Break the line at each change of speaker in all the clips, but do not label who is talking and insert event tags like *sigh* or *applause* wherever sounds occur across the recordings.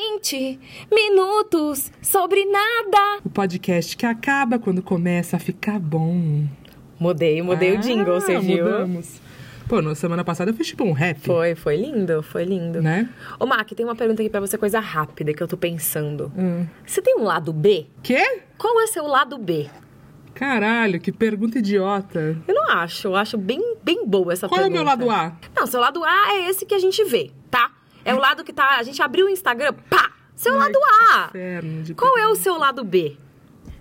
20 minutos sobre nada.
O podcast que acaba quando começa a ficar bom.
Mudei, mudei
Ah,
o jingle, você viu?
Mudamos. Pô, na semana passada eu fiz tipo um rap.
Foi, foi lindo, foi lindo.
Né?
Ô, Mac, tem uma pergunta aqui pra você, coisa rápida que eu tô pensando.
Hum.
Você tem um lado B?
Quê?
Qual é seu lado B?
Caralho, que pergunta idiota.
Eu não acho, eu acho bem, bem boa essa
Qual é o
pergunta.
meu lado A?
Não, seu lado A é esse que a gente vê, tá? É o lado que tá. A gente abriu o Instagram, pá! Seu
Ai,
lado
que
A!
Ah. inferno de
Qual é o
pergunta.
seu lado B?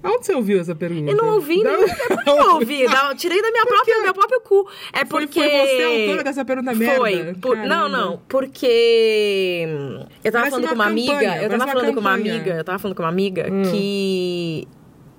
Aonde você ouviu essa pergunta?
Eu não ouvi,
Da-
não,
*laughs*
por que eu ouvi? Não, eu tirei da minha própria, do meu próprio cu. É
Foi-
porque.
foi você a autora dessa pergunta merda?
Foi. por-
Caramba.
Não, não. Porque. Eu tava
Parece
falando
uma
com uma amiga.
campanha,
Eu
parece
tava
uma
falando com uma
campanha.
amiga. Eu tava falando com uma amiga
Hum.
que.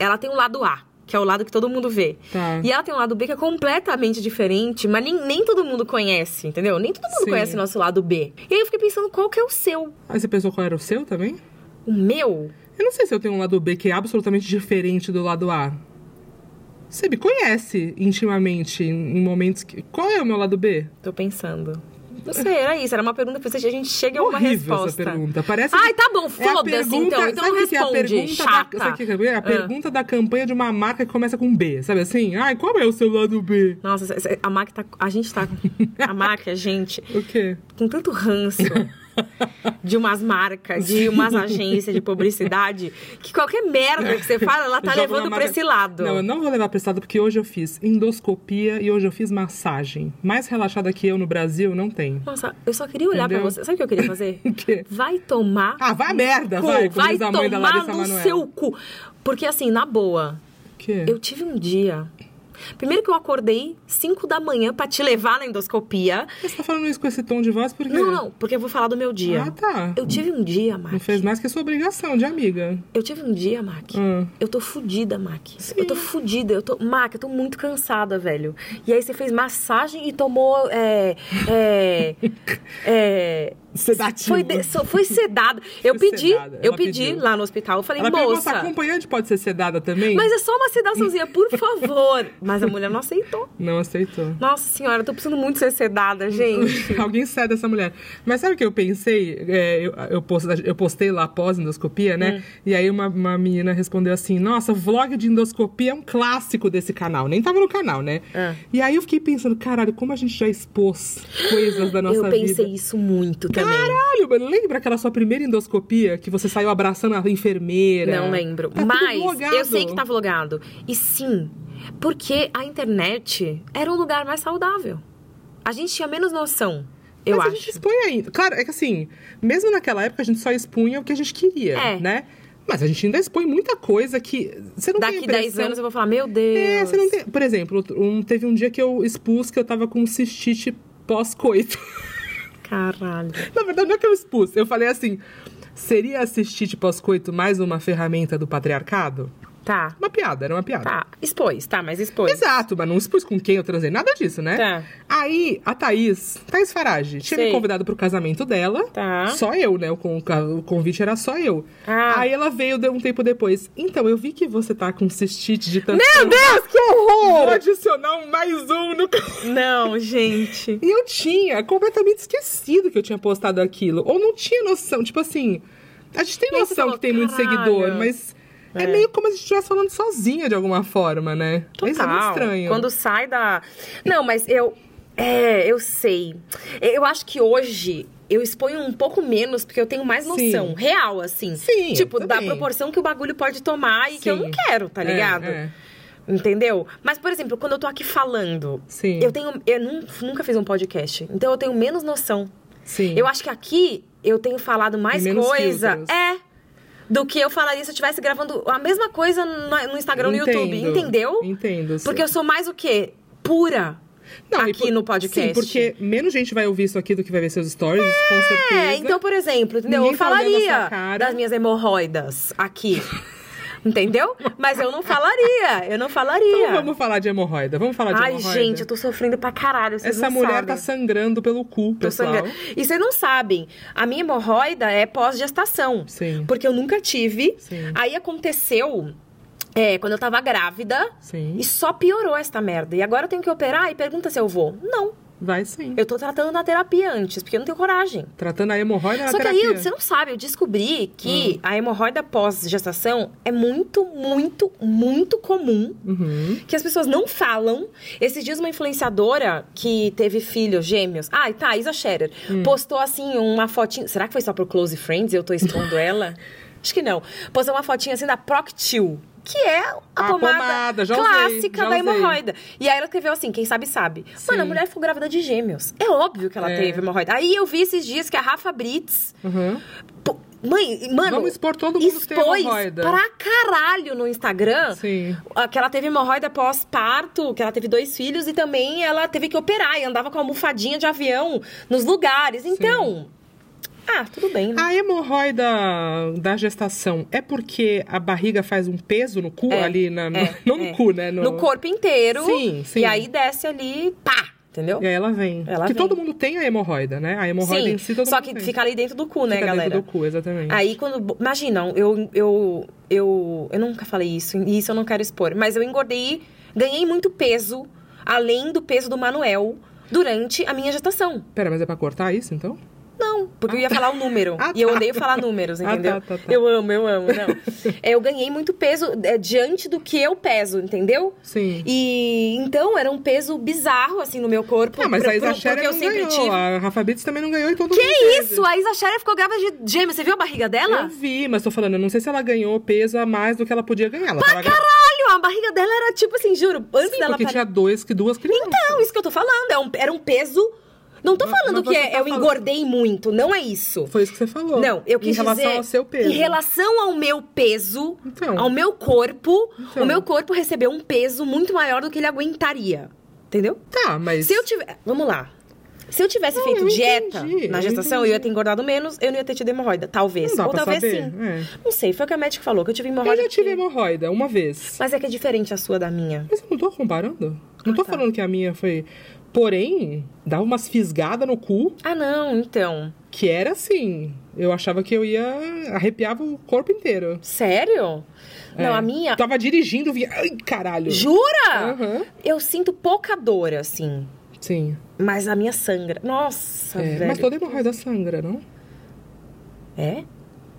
Ela tem um lado A, que é o lado que todo mundo vê.
Tá.
E ela tem um lado B que é completamente diferente, mas nem, nem todo mundo conhece, entendeu? Nem todo mundo
Sim.
conhece o nosso lado B. E aí eu fiquei pensando, qual que é o seu?
Aí você pensou qual era o seu também?
O meu?
Eu não sei se eu tenho um lado B que é absolutamente diferente do lado A. Você me conhece intimamente em em momentos que. Qual é o meu lado B?
Tô pensando. Não sei, era isso. Era uma pergunta pra você a gente chega a É uma
Horrível
resposta.
essa pergunta. Parece.
Ai, tá bom,
É a
foda-se
pergunta-
então. Então
sabe o que é a
responde,
pergunta
chata.
Da, sabe o que é a
Ah.
pergunta da campanha de uma marca que começa com B, sabe assim? Ai, qual é o seu lado B?
Nossa, essa- essa- a Mac tá. A gente tá. A Mac, a gente,
O quê?
com tanto ranço de umas marcas, de umas agências de publicidade, que qualquer merda que você fala, ela tá
Joga
levando
na
pra
marca-
esse lado.
Não, eu não vou levar pra esse lado porque hoje eu fiz endoscopia e hoje eu fiz massagem. Mais relaxada que eu no Brasil não tem.
Nossa, eu só queria olhar
Entendeu?
pra você. Sabe o que eu queria fazer?
*laughs* O quê?
Vai tomar.
Ah, vai a merda,
cu,
vai, como
vai
diz a mãe da
tomar
Larissa
no
Manoela.
seu cu. Porque assim, na boa,
O quê?
Eu tive um dia. Primeiro que eu acordei 5 da manhã pra te levar na endoscopia.
Você tá falando isso com esse tom de voz porque.
Não, não, porque eu vou falar do meu dia.
Hum. Ah, tá.
Eu tive um dia,
Não
Mac.
fez mais que a sua obrigação de amiga.
Eu tive um dia, Mac.
Hum.
Eu tô fudida, Mac. Eu tô fudida. Eu tô... Mac, eu tô muito cansada, velho. E aí você fez massagem e tomou. É. É.
*laughs*
é
Sedativo.
Foi, de- so- foi
*laughs*
sedada. Eu
Foi
pedi.
sedada.
Eu
Ela
pedi
pediu.
lá no hospital. Eu falei,
Ela tá perguntou se
moça.
a acompanhante pode ser sedada também?
Mas é só uma sedaçãozinha, por favor. *laughs* Mas a mulher não aceitou.
Não aceitou. *laughs*
Nossa senhora, eu tô precisando muito ser sedada, gente.
Alguém cede essa mulher. Mas sabe o que eu pensei? É, eu, eu post- eu postei, lá após endoscopia,
Hum.
né? E aí uma, uma menina respondeu assim: Nossa, vlog de endoscopia é um clássico desse canal. Nem tava no canal, né?
É.
E aí eu fiquei pensando: Caralho, como a gente já expôs coisas da *laughs* nossa
eu pensei
vida.
isso muito também.
Caralho, mano, lembra aquela sua primeira endoscopia que você saiu abraçando a enfermeira?
Não lembro.
Tá tudo
Mas
vlogado.
eu sei que tá vlogado. E sim, porque a internet era um lugar mais saudável. A gente tinha menos noção, eu
Mas a gente
acho.
expõe ainda. Claro, é que assim, mesmo naquela época a gente só expunha o que a gente queria,
É.
né? Mas a gente ainda expõe muita coisa que. Você não tem
Daqui 10
a impressão-
anos eu vou falar, meu Deus.
É, você não tem. Por exemplo, um- teve um dia que eu expus que eu tava com cistite pós-coito. *laughs*
Caralho.
Na verdade, não é que eu expus. Eu falei assim: seria a cistite pós-coito mais uma ferramenta do patriarcado?
Tá,
Uma piada, era uma piada.
tá. Expôs, tá, mas expôs.
Exato, mas não expus com quem eu transei, nada disso, né?
Tá.
Aí, a Thaís, Thaís Farage, tinha me
Sei.
convidado pro casamento dela.
Tá.
Só eu, né? O, con- o convite era só eu.
Ah.
Aí ela veio de um tempo depois. Então, eu vi que você tá com cistite de tanto.
Meu Deus, que
Vou
horror!
adicionar um mais um no
Não, gente.
E eu tinha completamente esquecido que eu tinha postado aquilo. Ou não tinha noção. Tipo assim, a gente tem
E aí você
noção
falou,
que tem muito
"Caralho."
seguidor, mas é.
É.
meio como se a gente estivesse falando sozinha de alguma forma, né? Isso é muito
Total.
estranho.
Quando sai da. Não, mas eu. É, eu sei. É, Eu acho que hoje eu exponho um pouco menos, porque eu tenho mais noção.
Sim.
Real, assim.
Sim,
Tipo, da
também.
proporção que o bagulho pode tomar e que eu
Sim.
não quero, tá
É,
ligado?
é.
Entendeu? Mas, por exemplo, quando eu tô aqui falando.
Sim.
Eu tenho. Eu nun- nunca fiz um podcast. Então eu tenho menos noção.
Sim.
Eu acho que aqui eu tenho falado mais
Menos
coisa.
filtros.
É. Do que eu falaria se eu estivesse gravando a mesma coisa no no Instagram e é no YouTube.
Entendo.
Entendeu?
Entendo. sim.
Porque eu sou mais o quê? Pura.
e
aqui no podcast.
Sim, porque menos gente vai ouvir isso aqui do que vai ver seus stories, com certeza.
É, então, por exemplo, entendeu?
Ninguém
eu
tá olhando a sua
falaria
cara.
das minhas hemorroidas
*laughs*
aqui. entendeu? Mas eu não falaria. Eu não falaria.
Então vamos falar de hemorroida. Vamos falar de
Ai,
hemorroida.
gente, eu tô sofrendo pra caralho. Vocês
Essa
não
mulher
sabem.
tá sangrando pelo cu,
Tô
pessoal.
sangrando. E vocês não sabem, a minha hemorroida é pós-gestação.
Sim.
Porque eu nunca tive.
Sim.
Aí aconteceu é, quando eu tava grávida
Sim.
e só piorou esta merda. E agora eu tenho que operar e pergunta se eu vou. Não.
Vai sim.
Eu tô tratando na terapia antes, porque eu não tenho coragem.
Tratando a hemorroida na
Só que aí
É terapia. Hum.
eu- você não sabe, eu descobri que a hemorroida pós-gestação é muito, muito, muito comum.
Uhum.
Que as pessoas não falam. Esses dias, uma influenciadora que teve filhos gêmeos. Ai, tá, Isa Scherer.
Hum.
Postou assim uma fotinha. Será que foi só pro Close Friends? e Eu tô
*laughs*
expondo ela? Acho que não. Postou uma fotinha assim da Proctil. Que é a,
A
pomada,
Ah, pomada, já usei,
clássica
já
da
usei.
hemorroida. E aí ela escreveu assim: quem sabe sabe. Mano, a
Sim.
mulher ficou grávida de gêmeos. É óbvio que ela
É.
teve hemorroida. Aí eu vi esses dias que a Rafa Brits.
Uhum.
Pô, Mãe, mano.
Vamos expor todo mundo que tem
expôs
hemorroida.
pra caralho no Instagram.
Sim.
Ah, Que ela teve hemorroida pós-parto, que ela teve dois filhos e também ela teve que operar e andava com a almofadinha de avião nos lugares. Então. Ah, tudo bem, né?
A hemorroida da gestação é porque a barriga faz um peso no cu
É,
ali na, no-
é,
não
é.
no cu, né?
No corpo inteiro.
Sim, sim.
E aí desce ali, pá! Entendeu?
E aí É, ela vem.
Ela
Porque
vem.
todo mundo tem a hemorroida, né? A hemorroida em si todo
só
mundo
que
tem.
fica ali dentro do cu, né,
Fica
galera?
dentro do cu, exatamente.
Aí quando. Imagina, um, eu, eu, eu, eu nunca falei isso, e isso eu não quero expor. Mas eu engordei, ganhei muito peso, além do peso do Manuel, durante a minha gestação.
Pera, mas é pra cortar isso, então?
Não, porque eu ia falar o número.
Ah,
e eu
tá.
odeio falar números,
*laughs* Ah, tá,
entendeu?
tá, tá.
Eu amo, eu amo,
*laughs*
não. É, eu ganhei muito peso é, diante do que eu peso, entendeu?
Sim.
E então era um peso bizarro, assim, no meu corpo.
Não, Ah, mas
pro-
a Isa
pro-
Scherer
porque eu
não
sempre
ganhou.
tive.
A Rafa Bitts também não ganhou e todo mundo
Que
teve.
isso? A Isa Scherer ficou grávida de gêmeos. Você viu a barriga dela?
Eu vi, mas tô falando, eu não sei se ela ganhou peso a mais do que ela podia ganhar. Ela tava ganhando-
Caralho, a barriga dela era tipo assim, juro, antes
Sim,
dela
porque
parir-
tinha dois, que duas crianças.
Não, isso que eu tô falando, é um- era um peso. Não tô
Mas-
falando que
mas você
é-
tá
eu
falando-
engordei muito, não é isso.
Foi isso que você falou.
Não, eu quis
Em relação
dizer,
ao seu peso.
Em relação ao meu peso,
Então.
ao meu corpo,
Então.
o meu corpo recebeu um peso muito maior do que ele aguentaria. Entendeu?
Tá, mas...
Se eu tiver. Vamos lá. Se eu tivesse
Não,
feito
eu
dieta
entendi,
na
eu
gestação, eu,
entendi.
ia ter engordado menos, eu não ia ter tido hemorroida. Talvez.
Não dá
Ou
pra
talvez
saber,
sim.
é.
Não sei, foi o que a médica falou, que eu tive
Eu
hemorroida.
já tive
porque-
hemorroida uma vez.
Mas é que é diferente a sua da minha.
Mas eu não tô comparando. Não tô
tá.
falando que a minha foi... Porém, dava umas fisgadas no cu,
Ah, não, então.
que era assim... Eu achava que eu ia... Arrepiava o corpo inteiro.
Sério? Não,
É.
a minha.
Tava dirigindo, vinha... Ai, caralho!
Jura?
Aham.
Eu sinto pouca dor, assim.
Sim.
Mas a minha sangra. Nossa,
É,
Tá velho.
mas toda hemorroida sangra, não?
É?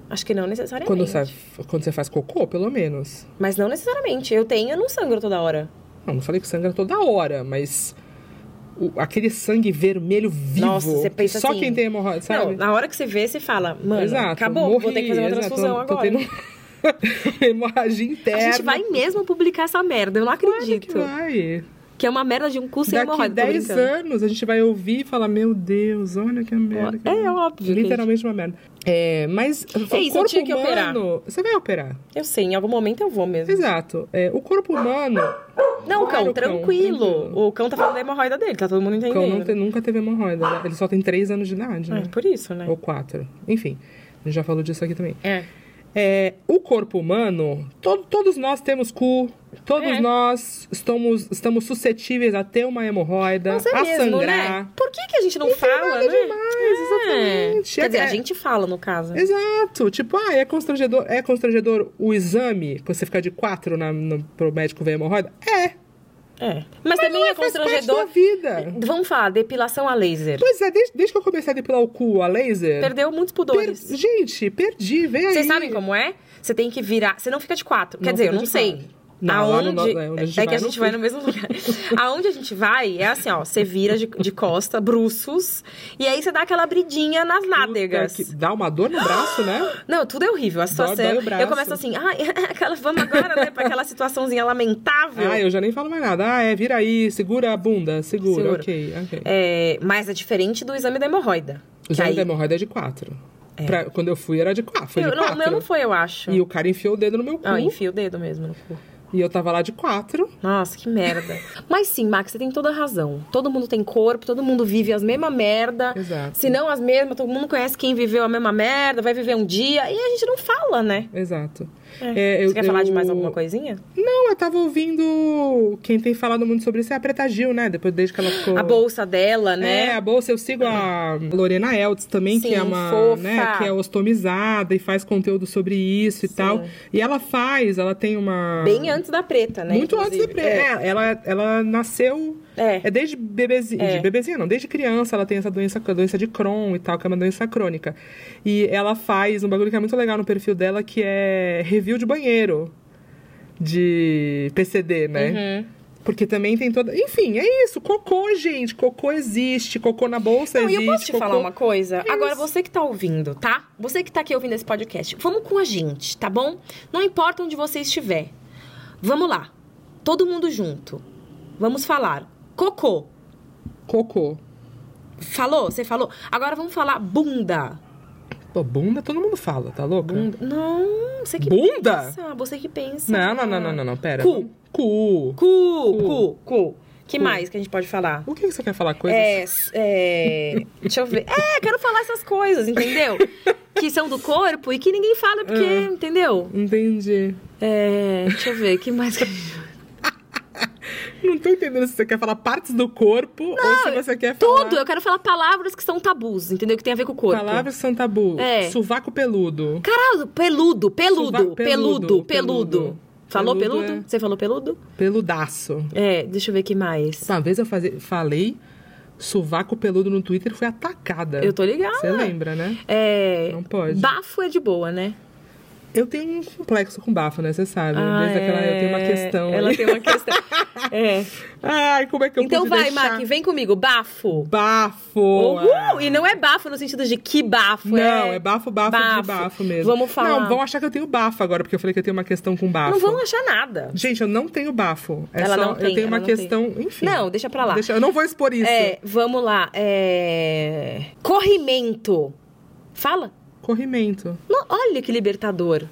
Acho que não necessariamente.
Quando você, quando você faz cocô, pelo menos.
Mas não necessariamente. Eu tenho, eu não sangro toda hora.
Não, não falei que sangra toda hora, mas o- aquele sangue vermelho vivo.
Nossa, você pensa
só
assim,
quem tem hemorroida,
Não,
sabe?
na hora que você vê, você fala, mano,
Exato.
acabou,
morri,
vou ter que fazer uma
exato,
transfusão
tô *laughs*
agora.
tendo hemorragia interna.
A gente vai mesmo publicar essa merda, eu não
Claro
acredito.
que vai.
que é uma merda de um curso sem
Daqui
hemorroida. tô
10
brincando.
anos a gente vai ouvir e falar: Meu Deus, olha que merda. que
É
merda."
óbvio,
né, Literalmente uma merda. É, mas
eu
o corpo
tinha que operar.
humano. Você vai operar.
Eu sei, em algum momento eu vou mesmo.
Exato. É, o corpo humano.
Não,
é Claro,
cão,
cão,
tranquilo.
tranquilo.
o cão tá falando da hemorroida dele, tá todo mundo
O
entendendo.
cão não tem- nunca teve hemorroida. né? Ele só tem 3 anos de idade, né?
É, por isso, né?
Ou 4. Enfim, a gente já falou disso aqui também.
É.
É, o corpo humano, to- todos nós temos cu, todos
É.
nós estamos, estamos suscetíveis a ter uma hemorroida,
Nossa, é
a
mesmo,
sangrar.
né? Por que, que a gente não fala, né?
demais, exatamente.
Quer dizer, a
É-
gente fala, no caso.
Exato. Tipo, ah, é constrangedor, é constrangedor o exame, quando você ficar de quatro na, no, pro médico ver a hemorroida? É.
É. Mas, também é
faz parte da
constrangedor.
vida.
Vamos falar, depilação a laser.
Pois é, desde, desde que eu comecei a depilar o cu a laser...
Perdeu muitos pudores.
per- Gente, perdi, vem aí.
Vocês sabem como é? Você tem que virar. Você não fica de quatro. Quer
Não
dizer, eu
fica
não
de
sei.
quatro. Não, lá no
Aonde...
no- é, onde a gente
é que
vai,
a gente
não
vai no mesmo lugar.
*laughs*
Aonde a gente vai é assim, ó. Você vira de, de costa, bruços. E aí você dá aquela abridinha nas nádegas.
Puta que- Dá uma dor no
*gasps*
braço, né?
Não, tudo é horrível. A situação.
dói o
eu
braço.
começo assim, ah, *laughs* aquela, vamos agora, né? Pra aquela situaçãozinha lamentável.
Ah, eu já nem falo mais nada. Ah, é, vira aí, segura a bunda, segura.
Segura.
Ok, ok.
É, mas é diferente do exame da hemorroida.
o
Que
exame
aí-
da hemorroida é de quatro. Pra- quando eu fui, era de quatro. Foi
Eu-
de
não, o
quatro.
meu não foi, eu acho.
E o cara enfiou o dedo no meu cu.
Ah, enfia o dedo mesmo no cu.
E eu tava lá de quatro.
Nossa, que merda. *laughs* Mas sim, Max, você tem toda a razão. Todo mundo tem corpo, todo mundo vive as mesmas merda.
Exato.
Se não as mesmas, todo mundo conhece quem viveu a mesma merda, vai viver um dia. E a gente não fala, né?
Exato.
É.
É, eu-
você quer falar de
eu-
mais alguma coisinha?
Não, eu tava ouvindo. Quem tem falado muito sobre isso é a Preta Gil, né? Depois, desde que ela ficou.
A bolsa dela,
É,
né?
a bolsa, eu sigo a Lorena Eltz também,
Sim,
que é uma,
fofa.
né, que é ostomizada e faz conteúdo sobre isso e tal. E ela faz, ela tem uma
Bem antes da preta, né?
É. Muito antes da
inclusive.
preta.
É.
É, ela, ela nasceu.
É.
É desde bebezinha.
É.
De bebezinha, não, desde criança ela tem essa doença, doença de Crohn e tal, que é uma doença crônica. E ela faz um bagulho que é muito legal no perfil dela, que é review de banheiro. De PCD,
Uhum.
né? Porque também tem toda. Enfim, é isso. Cocô, gente. Cocô existe. Cocô na bolsa
Não, e
existe.
eu posso te
cocô...
falar uma coisa?
Isso.
Agora, você que tá ouvindo, tá? Você que tá aqui ouvindo esse podcast, vamos com a gente, tá bom? Não importa onde você estiver. Vamos lá. Todo mundo junto. Vamos falar. Cocô.
Cocô.
Falou? Você falou? Agora vamos falar bunda.
Pô, bunda todo mundo fala, tá louca?
Bunda. Não, você que
Bunda?
pensa. Você que pensa.
Não, não, não, não, não, não, pera.
Cu.
Cu.
Cu, cu, cu. Que mais que a gente pode falar?
O que você quer falar? Coisas?
É, s- é, deixa eu ver. É, quero falar essas coisas, entendeu? que são do corpo e que ninguém fala porque,
Hum.
entendeu?
Entendi.
É, deixa eu ver, que mais que a gente...
Não tô entendendo se você quer falar partes do corpo ou se você quer falar.
Tudo, é eu quero falar palavras que são tabus, entendeu? Que tem a ver com o corpo.
Palavras são tabu.
É.
Sovaco peludo.
Caralho, peludo, peludo, peludo,
Suva- peludo,
peludo.
peludo.
Falou
Peludo
peludo?
é-
Você falou peludo?
Peludaço.
É, deixa eu ver que mais.
Uma vez eu faze- falei sovaco peludo no Twitter e fui atacada.
Eu tô Ah. ligada.
Você lembra, né?
É.
Não pode.
Bafo é de boa, né?
Eu tenho um complexo com bafo, né? Você sabe.
Ah,
Desde aquela eu tenho uma
é.
questão.
Ela *laughs*
aí.
tem uma
*laughs*
questão. é.
Ai, como é que eu
Então
pude
vai,
deixar?
Mac, vem comigo. Bafo.
Bafo! Ah.
Uhul! E não é bafo no sentido de que bafo.
Não, é bafo, bafo,
Bafo.
de bafo mesmo.
Vamos falar.
Não, vão achar que eu tenho bafo agora, porque eu falei que eu tenho uma questão com bafo.
Não vão achar nada.
Gente, eu não tenho bafo. É
Ela
só-
não tem,
eu tenho
ela
uma
não
questão, enfim.
Não, deixa pra lá.
Deixa- eu não vou expor isso.
É, vamos lá. É... Corrimento. Fala.
Corrimento.
No- olha que libertador.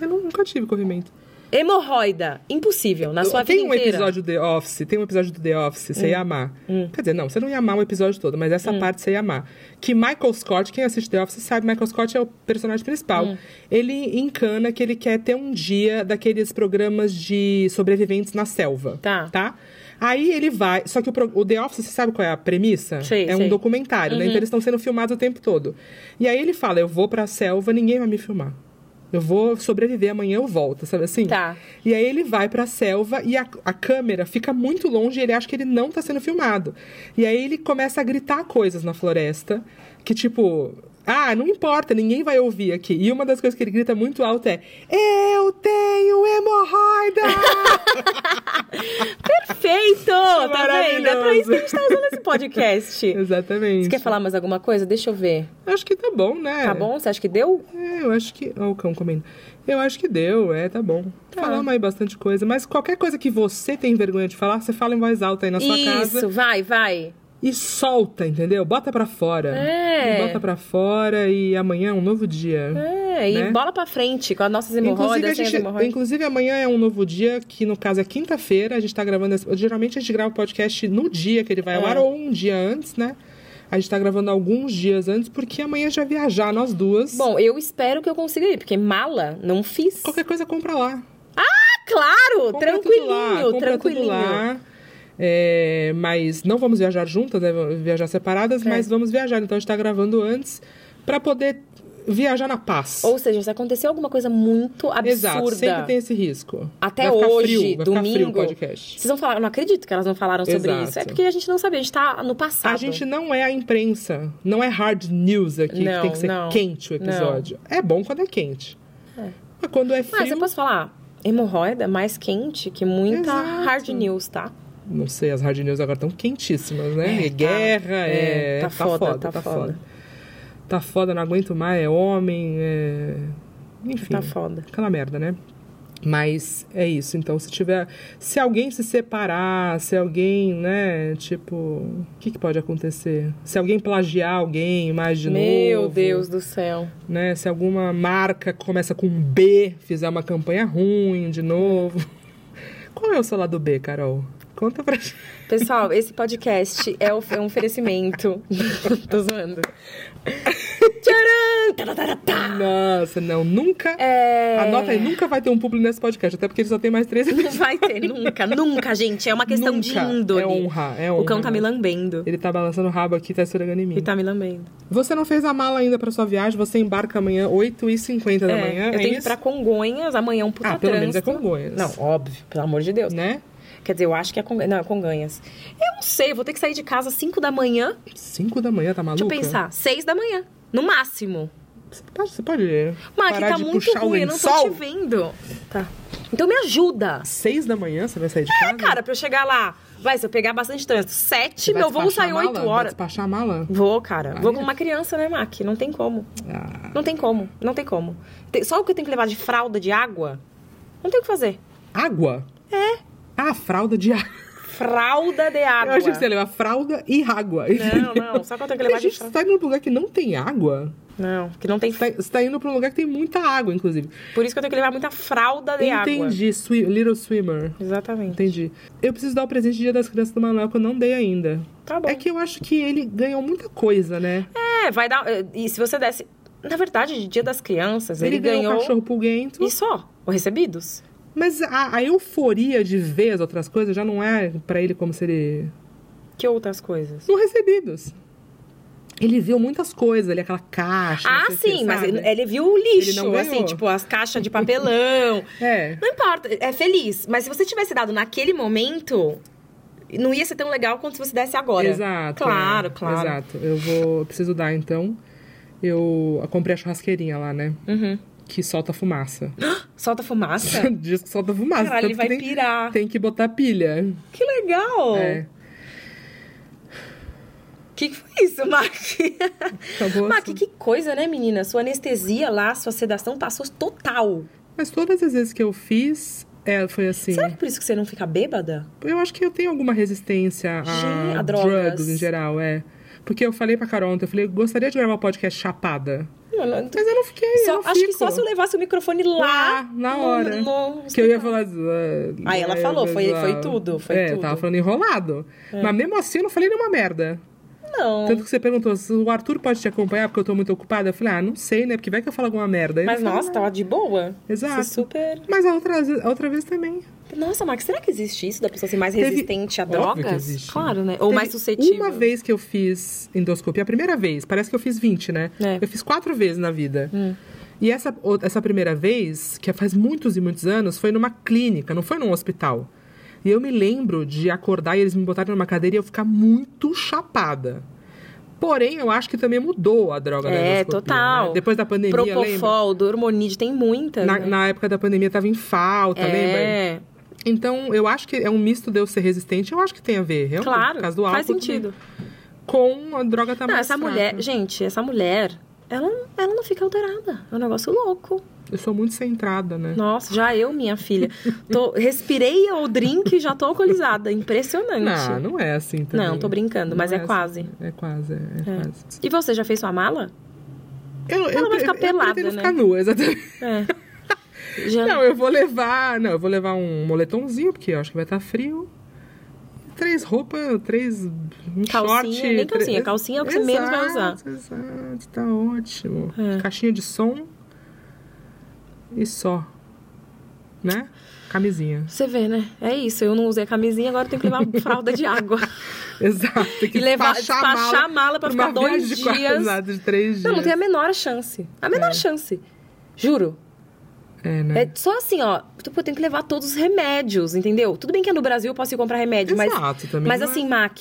Eu nu- nunca tive corrimento.
Hemorroida. Impossível. Na sua
tem
vida
um
inteira. Hum.
episódio do The Office, tem um episódio do The Office, você ia amar. Quer dizer, não, você não ia amar o episódio todo, mas essa parte você ia amar. Que Michael Scott, quem assiste The Office sabe, Michael Scott é o personagem principal.
Hum.
Ele encana que ele quer ter um dia daqueles programas de sobreviventes na selva.
Tá.
Tá? Aí ele vai. Só que o, pro- o The Office, você sabe qual é a premissa?
Sei,
é um
sei.
documentário,
Uhum.
né? Então eles estão sendo filmados o tempo todo. E aí ele fala: Eu vou pra selva, ninguém vai me filmar. Eu vou sobreviver, amanhã eu volto, sabe assim?
Tá.
E aí ele vai pra selva e a, a câmera fica muito longe e ele acha que ele não tá sendo filmado. E aí ele começa a gritar coisas na floresta, que tipo... Ah, não importa, ninguém vai ouvir aqui. E uma das coisas que ele grita muito alto é... Eu
*laughs*
tenho hemorroida! *laughs*
Perfeito! Tá vendo? É pra isso que a gente tá usando esse
*laughs*
podcast.
Exatamente.
Você quer falar mais alguma coisa? Deixa eu ver.
Acho que tá bom, né?
Tá bom? Você acha que deu?
É, eu acho que... Ó o cão comendo. Eu acho que deu, é, tá bom. Falamos aí bastante coisa. Mas qualquer coisa que você tem vergonha de falar, você fala em voz alta aí na sua casa.
Isso, vai, vai.
e solta, entendeu? Bota pra fora.
É.
E bota pra fora e amanhã é um novo dia.
É, e
Né?
bola pra frente com as nossas
Inclusive, a
hemorroidas, sem as
gente,
hemorroidas.
inclusive, amanhã é um novo dia, que no caso é quinta-feira. A gente tá gravando. esse- Geralmente a gente grava o podcast no dia que ele vai ao
É.
ar ou um dia antes, né? A gente tá gravando alguns dias antes, porque amanhã é já viajar nós duas.
Bom, eu espero que eu consiga ir, porque mala não fiz.
qualquer coisa compra lá.
Ah, claro!
Compra
tranquilinho,
tudo lá, compra
tranquilinho.
Tudo lá. É, mas não vamos viajar juntas, né? Vamos viajar separadas,
É.
mas vamos viajar. Então a gente tá gravando antes pra poder viajar na paz.
Ou seja, se aconteceu alguma coisa muito absurda.
Exato, sempre tem esse risco.
Até
Vai ficar
hoje,
frio, vai ficar frio
domingo.
o podcast.
Vocês vão falar, eu não acredito que elas não falaram sobre
Exato.
isso. É porque a gente não sabia, a gente tá no passado.
A gente não é a imprensa, não é hard news aqui,
Não,
que tem que ser
não.
quente o episódio. É bom quando é quente. Mas quando é
Mas
frio,
eu posso falar, hemorroida mais quente que muita
Exato.
hard news, tá?
não sei, as hard news agora estão quentíssimas, né? É,
tá.
guerra, é,
É, tá foda, tá foda.
Tá foda, não aguento mais, é homem, é... enfim.
Tá foda.
aquela merda, né? Mas é isso. Então, se tiver. Se alguém se separar, se alguém, né? Tipo, o que, que pode acontecer? Se alguém plagiar alguém mais de
Meu
novo.
Deus do céu.
Né? Se alguma marca que começa com B fizer uma campanha ruim de novo. *laughs* Qual é o seu lado B, Carol? Conta pra gente. *laughs*
Pessoal, esse podcast é *laughs* of- é um oferecimento. Tô zoando. Tcharam! Tá, tá, tá, tá, tá.
Nossa, não, nunca.
É.
Anota aí, nunca vai ter um público nesse podcast, até porque ele só tem mais
*laughs*
três
Não vai ter, nunca, nunca, gente. É uma questão de
Nunca.
índole.
É honra, é
O cão
honra.
tá me lambendo.
Ele tá balançando o rabo aqui, tá esfregando em mim.
Ele tá me lambendo.
Você não fez a mala ainda pra sua viagem, você embarca amanhã 8h50 da
É,
manhã.
eu
é
tenho que ir
isso?
pra Congonhas, amanhã é um puta
Ah, pelo menos é
trânsito.
Congonhas.
Não, óbvio, pelo amor de Deus.
Né?
Quer dizer, eu acho que é Congonhas. Não, é Congonhas. Eu não sei, eu vou ter que sair de casa às 5 da manhã.
5 da manhã, tá maluco?
Deixa eu pensar, 6 da manhã, no máximo.
Você pode, você pode
Mas aqui
parar
tá
de
muito
puxar o
ruim, eu não tô te
lençol?
vendo. Tá. Então me ajuda.
6 da manhã você vai sair de
É,
casa?
cara, pra eu chegar lá. Vai, se eu pegar bastante trânsito. Sete,
Você vai
meu voo
despachar
sai
a mala?
8
Vai
horas. Hum.
despachar a mala?
Vou, cara.
Ah,
Vou
é?
com uma criança, né, Mac? Não tem como.
Ah,
Não tem como. Não tem como. Tem- Só o que eu tenho que levar de fralda, de água, não tem o que fazer.
água? É. Ah, fralda de *laughs* água.
Fralda de água.
Eu achei que você ia levar fralda e água.
Não, não. Só que eu tenho que
A
levar de
gente você
fralda.
tá indo pra um lugar que não tem água?
Não, que não tem...
Você tá, você tá indo pra um lugar que tem muita água, inclusive.
Por isso que eu tenho que levar muita fralda de água.
Entendi, swi- Little Swimmer.
Exatamente.
Entendi. Eu preciso dar o presente de Dia das Crianças do Manuel que eu não dei ainda.
Tá bom.
É que eu acho que ele ganhou muita coisa, né?
É, vai dar... E se você desse... Na verdade, Dia das Crianças, É, ele,
ganhou um
ganhou...
cachorro pulguento.
E só. Os recebidos.
Mas a, a euforia de ver as outras coisas já não é pra ele como se ele.
Que outras coisas?
São recebidos. Ele viu muitas coisas, ele aquela caixa. não
Ah,
sei o quê,
sim, mas
sabe?
ele, ele viu o lixo,
Ele não ganhou.
assim, tipo, as caixas de papelão.
É.
não importa, é feliz. Mas se você tivesse dado naquele momento, não ia ser tão legal quanto se você desse agora.
Exato.
Claro,
é.
claro.
Exato. Eu vou. Preciso dar, então. Eu comprei a churrasqueirinha lá, né?
Uhum. *gasps*
Que solta fumaça.
Solta
*laughs*
fumaça.
Diz que solta fumaça.
é. Caralho, ele vai
tanto que
Oh.
tem-
pirar.
Tem que botar pilha.
Que legal! O
É.
Que que foi isso, Mac?
Acabou
Mac,
assim.
que coisa, né, menina? Sua anestesia lá, sua sedação passou total.
Mas todas as vezes que eu fiz, é, foi assim.
Será que por isso que você não fica bêbada?
Eu acho que eu tenho alguma resistência a,
Gente, a drogas.
drugs em geral, é. Porque eu falei pra Carol ontem, eu falei, gostaria de gravar um podcast chapada.
Não, não-
Mas eu não fiquei,
Só-
eu não
acho que
fico.
só se eu levasse o microfone lá.
Lá, na
no-
hora.
no-
Que eu ia falar... ah,
Aí ela
eu-
falou, foi-
ah,
foi tudo, foi
é,
tudo. É.
eu tava falando enrolado. Mas mesmo assim eu não falei nenhuma merda.
Não.
Tanto que você perguntou, se o Arthur pode te acompanhar porque eu tô muito ocupada? Eu falei, ah, não sei, né? Porque vai que eu falo alguma merda. Ele
Mas tá
não falou
nossa,
nada.
tava de boa.
Exato.
Você super.
Mas a outra, a outra vez também.
Nossa, Max, será que existe isso da pessoa ser mais
Teve-
resistente a
Óbvio que
drogas?
existe.
Claro, né? Ou
Teve
mais suscetível.
Uma vez que eu fiz endoscopia, a primeira vez, parece que eu fiz 20, né?
É. Hum.
Eu fiz quatro vezes na vida. E essa, o- essa primeira vez, que é faz muitos e muitos anos, foi numa clínica, não foi num hospital. E eu me lembro de acordar e eles me botaram numa cadeira e eu ficar muito chapada. Porém, eu acho que também mudou a droga da
É,
endoscopia,
total.
né? Depois da pandemia, lembra?
Propofol, Dormonide, tem muitas.
Na,
né?
na época da pandemia tava em falta, lembra?
é,
Então, eu acho que é um misto de eu ser resistente. Eu acho que tem a ver, realmente.
claro.
por causa do álcool né?
faz
também.
sentido.
Com a droga tá
não,
mais
essa
fraca.
mulher, gente, essa mulher, ela, ela não fica alterada. É um negócio louco.
Eu sou muito centrada, né?
Nossa, já eu, minha filha. Tô, respirei o drink e já tô alcoolizada. Impressionante.
Não, não é assim também.
Não, tô brincando,
Não
mas é,
assim.
quase.
É quase, é, é
É.
quase.
E você já fez sua mala?
Eu,
Ela vai ficar pelada,
pretendo
né?
ficar nua, exatamente. *laughs*
É. Já...
Não, eu vou levar... Não, eu vou levar um moletomzinho, porque eu acho que vai estar frio. Três roupas, três... Um
Calcinha,
short...
nem calcinha.
três-
Calcinha é o que você
Exato,
menos vai usar.
Exato, tá ótimo.
É.
Caixinha de som. E só. Né? Camisinha. *laughs*
Você vê, né? É isso. Eu não usei a camisinha, agora eu tenho que levar fralda de
*laughs*
água.
Exato. tem que
E levar-
a
despachar a mala pra
pra
ficar
uma
dois
viagem de quatro-
dias.
Exato, de três dias.
Não, não tem a menor chance. A menor chance. Juro.
É, né?
É só assim, ó. Tipo, eu tenho que levar todos os remédios, entendeu? Tudo bem que é no Brasil, eu posso ir comprar remédio, mas.
Exato, também
Mas
não é-
assim, Mac,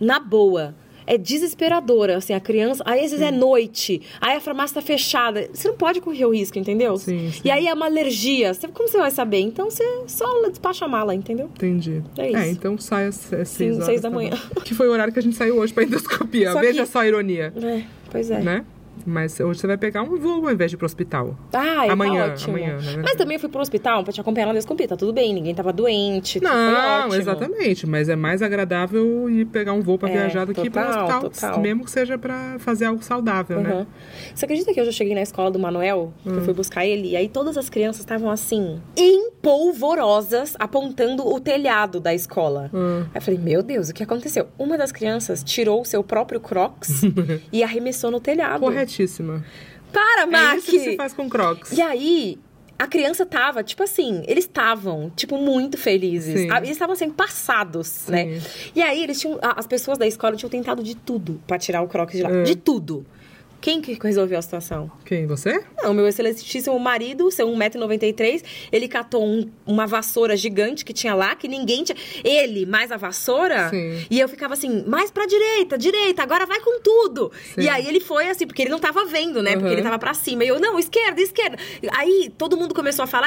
na boa. É desesperadora, assim, a criança. Aí às vezes é noite, aí a farmácia tá fechada. Você não pode correr o risco, entendeu?
Sim, sim.
E aí é uma alergia. Você- Como você vai saber? Então você só despacha a mala, entendeu?
Entendi.
É isso.
então sai às seis
Sim,
horas.
seis da
tá
manhã.
bom. *laughs* Que foi o horário que a gente saiu hoje pra endoscopia.
Só
Veja
que-
só a ironia,
É, pois é.
né? Mas hoje você vai pegar um voo ao invés de ir pro hospital.
Ah, é
Amanhã,
tá ótimo.
amanhã, né?
Mas também eu fui pro hospital pra te acompanhar na descompita. tá Tudo bem, ninguém tava doente. tudo foi
Não,
ótimo.
exatamente. Mas é mais agradável ir pegar um voo pra
É,
viajar do que ir pro
total,
hospital.
total.
Mesmo que seja pra fazer algo saudável, né?
Uhum. Você acredita que hoje eu cheguei na escola do Manuel, que
Hum.
eu fui buscar ele, e aí todas as crianças estavam assim, empolvorosas, apontando o telhado da escola.
Hum.
Aí eu falei, meu Deus, o que aconteceu? Uma
*laughs*
das crianças tirou o seu próprio Crocs e arremessou no telhado.
Ah, Corretíssima.
Para, Mac!
É isso que se faz com Crocs.
E aí, a criança tava, tipo assim, eles estavam, tipo, muito felizes.
Sim.
Ah, Eles estavam sendo passados, né? E aí, eles tinham. a- As pessoas da escola tinham tentado de tudo pra tirar o croque de lá.
É.
De tudo. Quem que resolveu a situação?
Quem? Você?
Não, meu excelentíssimo marido, seu 1,93m, ele catou um- uma vassoura gigante que tinha lá, que ninguém tinha. Ele, mais a vassoura.
Sim.
E eu ficava assim, mais pra direita, direita, agora vai com tudo.
Sim.
E aí ele foi assim, porque ele não tava vendo, né?
Uhum.
Porque ele tava pra cima. E eu, não, esquerda, esquerda. Aí todo mundo começou a falar.